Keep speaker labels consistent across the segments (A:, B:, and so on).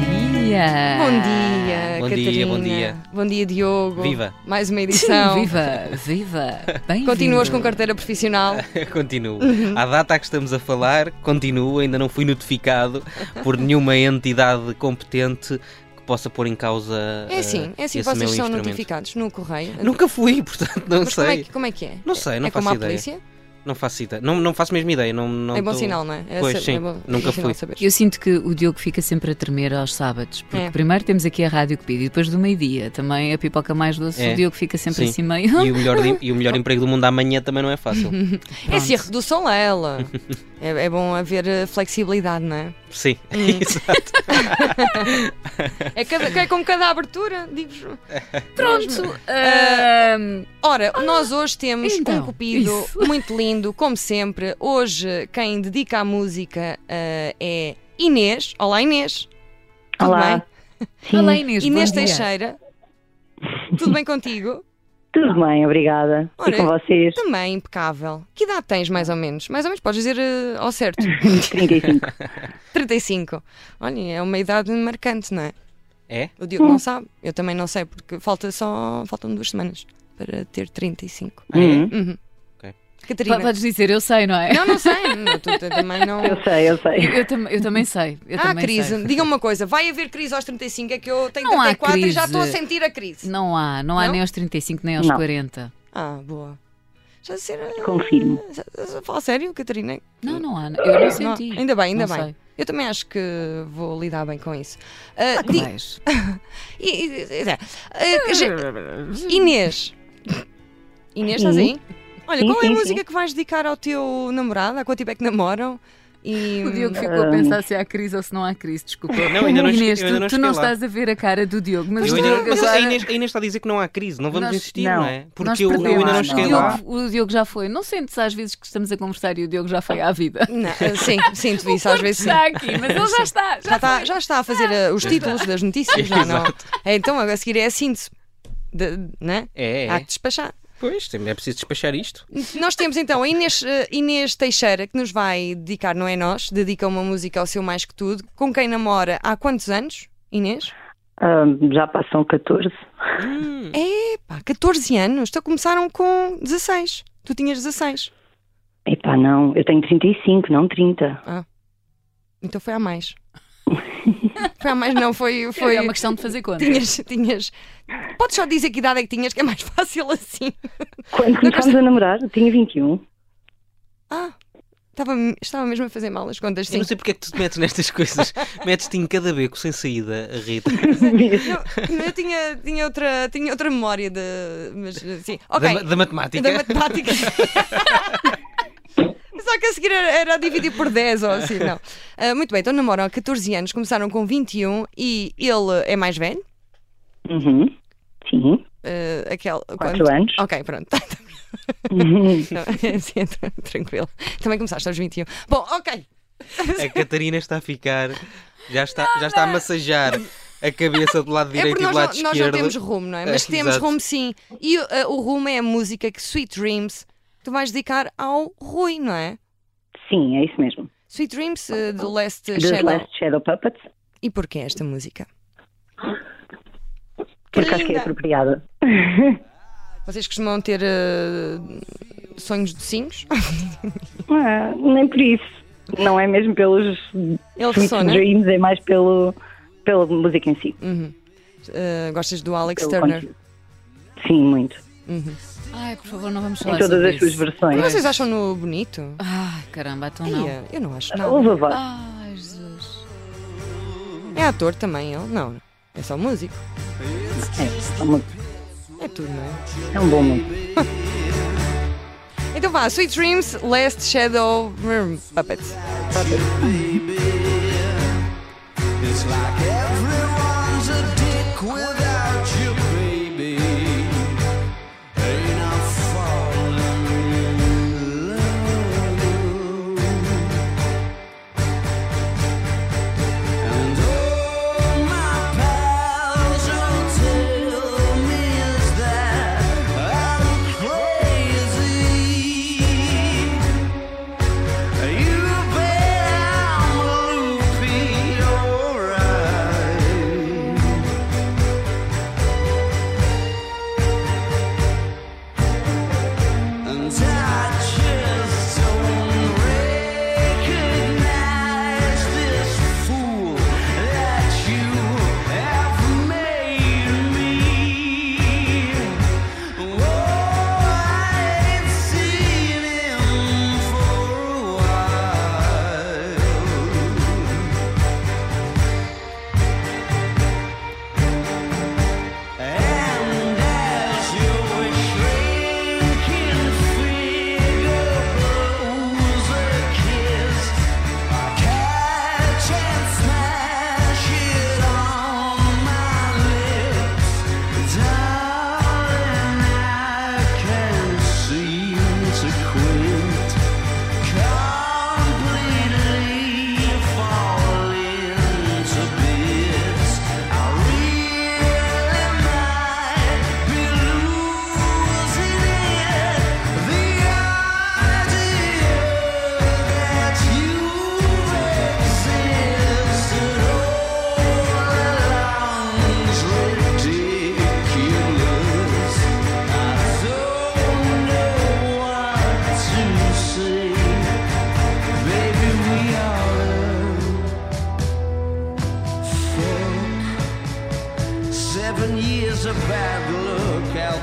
A: dia!
B: Bom dia,
C: Ah, Bom
B: Catarina.
C: dia, bom dia.
B: Bom dia, Diogo.
C: Viva.
B: Mais uma
A: Sim,
B: edição.
A: viva, viva! Bem
B: Continuas com carteira profissional. É
C: Continuo.
B: Uhum.
C: À data a que estamos a falar, continuo, ainda não fui notificado por nenhuma entidade competente que possa pôr em causa. eh,
B: É assim, é assim,
C: esse meu
B: vocês são
C: instrumento.
B: notificados no correio.
C: Nunca fui, portanto, não
B: Mas
C: sei.
B: Como, é que, como é que é?
C: Não sei, não
B: é
C: faço
B: como a
C: ideia.
B: polícia?
C: Não faço ideia. Não, não faço mesmo ideia. Não, não
B: é bom
C: tô-
B: sinal, não é? é
C: Pois,
B: sa-
C: sim,
B: é bom-
C: nunca
B: é sinal
C: fui.
B: saber.
A: Eu sinto que o Diogo fica sempre a tremer aos sábados, porque
B: É.
A: primeiro temos aqui a rádio que pede, e depois do meio-dia também a pipoca mais doce,
C: É.
A: o Diogo fica sempre
C: Sim.
A: assim meio.
C: E o melhor, de- e o melhor emprego do mundo amanhã também não é fácil.
B: É assim, a redução a ela. é, é bom haver eh, flexibilidade, não é?
C: Sim, exato.
B: É, cada, é com cada abertura, digo-vos.
A: Pronto! ah, ahm,
B: Ora,
C: Ah,
B: nós hoje temos
A: então,
B: um cupido
A: isso.
B: muito lindo, como sempre. Hoje, quem dedica a música eh, é Inês. Olá, Inês. Tudo
D: Olá.
B: bem?
D: Sim,
A: Olá Inês, bom
B: Inês
A: dia.
B: Teixeira. Tudo bem contigo?
D: tudo bem, obrigada.
B: Olha,
D: E com vocês?
B: Também impecável. Que idade tens, mais ou menos? Mais ou menos, podes dizer eh, ao certo.
D: 35.
B: 35. Olha, é uma idade marcante, não é?
C: É?
B: O Diogo não sabe, eu também não sei, porque falta só, faltam duas semanas para ter 35.
C: é?
D: Uhum.
B: Uhum.
C: Ok.
B: Catarina.
A: Po- Podes dizer, eu sei, não é?
B: Não, não sei. não, tu tu também não. Ah,
D: Eu sei, eu sei.
A: Eu, tam- eu também sei. Eu
B: Há
A: também
B: crise.
A: sei.
B: Diga-me uma coisa, vai haver crise aos 35, é que eu tenho
A: Não há
B: 34 e já
A: crise.
B: estou a sentir a crise.
A: Não há, não há
B: Não?
A: nem aos 35, nem aos
D: Não.
A: 40.
B: Ah, boa. Já ser.
D: Confirmo.
B: Fala sério, Catarina?
A: Não, não há. Eu não
B: Não,
A: senti.
B: ainda bem, ainda
A: Não
B: bem.
A: sei.
B: Eu também acho que vou lidar bem com isso. Ah,
A: Que
B: di-
A: vais?
B: e- e- e- é. Ah, ge- Inês. Inês, estás aí? Olha,
D: Sim,
B: qual é a
D: sim,
B: música
D: sim.
B: que vais dedicar ao teu namorado? Há quanto tempo é que namoram? E...
A: O Diogo ficou a pensar se há crise ou se não há crise, desculpa.
C: Não, ainda não che-
A: Inês, tu-
C: eu ainda não
A: tu não
C: cheguei lá.
A: estás a ver a cara do Diogo, mas
C: Eu
A: o
C: ainda não-
A: Diogo
C: mas
A: agora.
C: a, Inês, a Inês está a dizer que não há crise, não vamos
A: Nós-
C: insistir,
D: não.
C: não, é?
A: nós
C: Porque eu, eu
A: perdemos.
C: ainda não
D: Não,
C: cheguei
A: o
C: lá.
A: Diogo, o Diogo já foi. Não sentes às vezes que estamos a conversar e o Diogo já foi à vida.
B: Não, ah, sim, sinto isso Tá, às
A: Porque
B: vezes. Sim.
A: está aqui, mas ele já está.
B: Já
A: Já
B: está, já está a fazer eh, os títulos das notícias, já não?
C: Exato.
B: É, então a seguir é a síntese, de, né?
C: É,
B: Há que
C: é.
B: despachar.
C: Pois, é preciso despachar isto.
B: Nós temos então a Inês, eh, Inês Teixeira, que nos vai dedicar, não é nós, dedica uma música ao seu mais que tudo, com quem namora há quantos anos, Inês?
D: Ahm, Ah, já passam 14.
B: Epá, 14 anos, então começaram com 16. Tu tinhas 16,
D: Epá, não, eu tenho 35, não 30.
B: então foi a mais. Foi a mais, não, foi.
A: foi.
B: foi...
A: É uma questão de fazer conta.
B: Tinhas, tinhas. Podes só dizer que idade é que tinhas, que é mais fácil assim.
D: Quando começámos a namorar, eu tinha 21.
B: Ah, estava, estava mesmo a fazer mal as contas,
C: Eu
B: sim.
C: não sei porque é que tu te metes nestas coisas. Metes-te em cada beco sem saída, Rita.
D: Mesmo.
B: Não, eu tinha, tinha, outra, tinha outra memória de. Mas, eh, sim. Ok.
C: Da ma- Da, é matemática.
B: Da matemática. Só que a seguir era, era dividir por 10 ou assim, não. Ah, muito bem, então namoram há 14 anos, começaram com 21 e ele é mais velho.
D: Uhum. Sim,
B: ah, aquele,
D: 4 anos.
B: Ok, pronto.
D: Uhum.
B: Não, sim, então, tranquilo. Também começaste aos 21. Bom, ok.
C: A Catarina está a ficar. Já está, já está a massajar a cabeça do lado
B: é
C: direito
B: porque
C: e
B: nós,
C: do lado
B: não, nós não
C: esquerdo.
B: temos rumo, não é?
C: É,
B: Mas temos
C: exato.
B: rumo sim. E ah, o rumo é a música que Sweet Dreams tu vais dedicar ao Rui, não é?
D: Sim, é isso mesmo.
B: Sweet Dreams eh, do Last
D: Dos
B: Shadow.
D: Last Shadow Puppets,
B: E porquê esta música? Que
D: porque acho que é
B: linda!
D: apropriada.
B: Vocês costumam ter eh, sonhos docinhos?
D: Ah, nem por isso. Não é mesmo pelos
B: Ele
D: Sweet
B: ressona.
D: Dreams, é mais pelo, pela música em si.
B: Eh, gostas do Alex
D: pelo
B: Turner?
D: conteúdo. Sim, muito.
B: Então
A: Ai, por favor, não vamos falar
D: Em todas
A: sobre
D: as suas
A: isso.
D: versões.
B: Vocês acham-no bonito?
A: Ai, caramba, então não.
B: Ai, eu não acho nada.
D: Ouve a voz.
A: Ai, Jesus.
B: É ator também, ele? Não, é só músico.
D: É, é, muito-
B: É tudo, não é?
D: é um bom mundo.
B: Então vá, Sweet Dreams, Last Shadow hum, Puppet.
E: It's like everyone's a dick without you, baby. Ain't I falling in love? And all my pals will tell me is that I'm crazy. You bet I'm loopy, alright. Oh,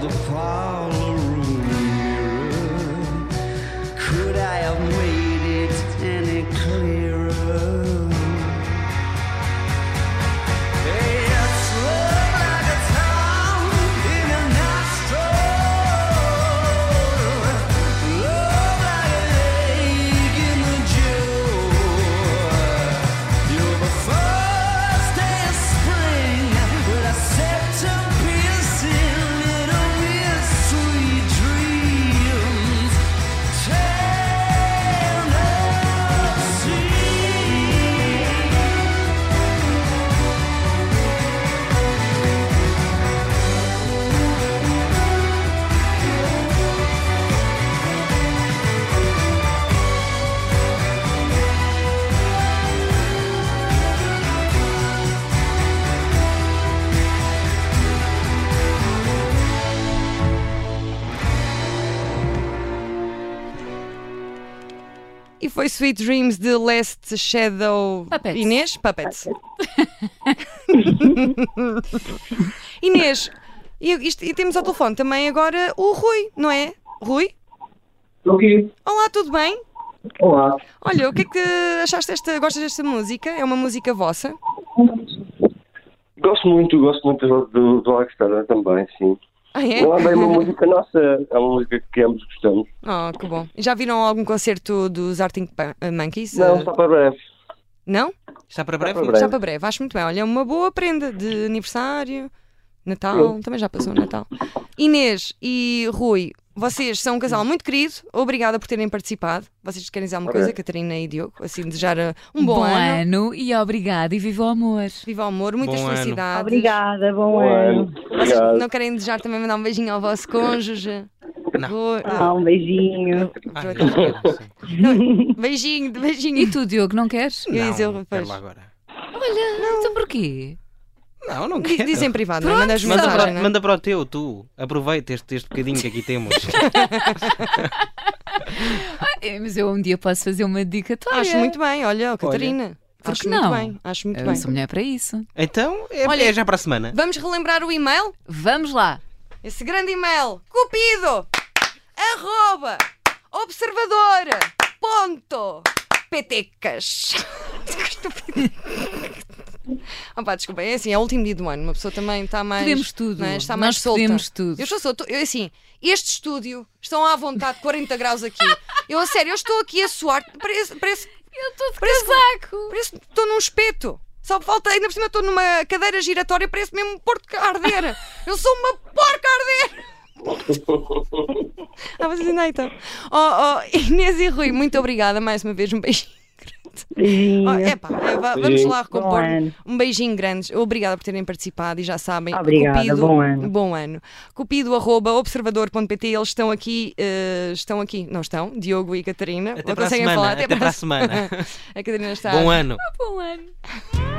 E: the parlor room mirror. Could I have made it any clearer? Hey, I swim like a town in a nostril. Love like an egg in the dew. You're the first day of spring with a septum piercing. Little miss sweet dreams. Tennessee.
B: E foi Sweet Dreams de Last Shadow
A: Puppets.
B: Inês Puppets. Inês, e, isto- e temos ao telefone também agora o Rui, não é? Rui?
F: Ok,
B: Olá, tudo bem?
F: olá.
B: Olha, o que é que achaste desta. Gostas desta música? É uma música vossa?
F: Gosto muito, gosto muito do, do, do Alex Turner também, sim.
B: Ah, é?
F: Não é bem uma música nossa, é uma música que ambos gostamos.
B: Oh, que bom. Já viram algum concerto dos Arctic Pun- Monkeys?
F: Não,
B: Eh,
F: só para breve.
B: Não?
C: Está para breve?
F: para breve.
B: Já para breve, acho muito bem. Olha, é uma boa prenda de aniversário, Natal, também já passou o Natal. Inês e Rui, vocês são um casal muito querido, obrigada por terem participado. Vocês querem dizer alguma coisa, Catarina e Diogo? Assim, desejar uh, um bom, ano.
A: ano. e obrigado e viva o amor.
B: Viva o amor, muitas
C: Bom ano.
B: felicidades.
D: Obrigada, bom,
F: Bom
D: ano.
F: Um ano.
B: Vocês
F: Obrigado.
B: não querem desejar também mandar um beijinho ao vosso cônjuge?
C: Não.
B: Rui-
D: Ah, um beijinho.
C: Ah,
B: Pronto.
C: não, sim.
B: Beijinho,
A: E
B: beijinho.
A: tu, Diogo, não queres?
B: Eu ia dizer,
C: Não,
B: pois.
C: quero lá agora.
A: Olha, então porquê?
C: Não, não
B: Di-
C: quero.
B: Dizem privado, não é? mandas
C: Manda
B: mensagem.
C: para,
B: não é?
C: manda para o teu, tu. Aproveita este, este bocadinho que aqui temos.
A: Ah, é, Mas eu um dia posso fazer uma dedicatória.
B: Acho muito bem, olha, oh, Catarina.
A: porque
B: acho
A: não?
B: muito bem, acho muito
A: Eu
B: bem.
A: sou mulher para isso.
C: Então, é,
B: Olha-
C: é já para a semana.
B: Vamos relembrar o e-mail?
A: Vamos lá.
B: Esse grande e-mail. Cupido, arroba, observadora, ponto, petecas. Ah pá, desculpa, é assim, é o último dia do ano, uma pessoa também está mais...
A: Podemos tudo.
B: não é? Está
A: Nós
B: mais solta.
A: podemos tudo.
B: Eu estou solta, eu assim, este estúdio, estão à vontade, 40 graus aqui. Eu, a sério, eu estou aqui a suar, parece, parece,
A: Eu estou de
B: Parece-
A: casaco.
B: parece que estou num espeto. Só falta, ainda por cima estou numa cadeira giratória, parece mesmo um porco a arder. Eu sou uma porca a arder. Ah, vocês ainda aí estão. Oh, oh, Inês e Rui, muito obrigada mais uma vez. Um beijinho.
D: Beijinho.
B: Oh, epá, é, vá- vamos
F: Beijinho.
B: lá recompor.
D: Bom ano.
B: Um beijinho grande. Obrigada por terem participado e já sabem.
D: Obrigada, bom ano.
B: Bom ano. Cupido, arroba, observador.pt. Eles estão aqui, eh, estão aqui, não estão? Diogo e Catarina.
C: Até
B: Não
C: para a
B: conseguem
C: semana,
B: falar.
C: até para a
B: a
C: semana.
B: a Catarina está.
C: Bom ano.
A: Bom ano.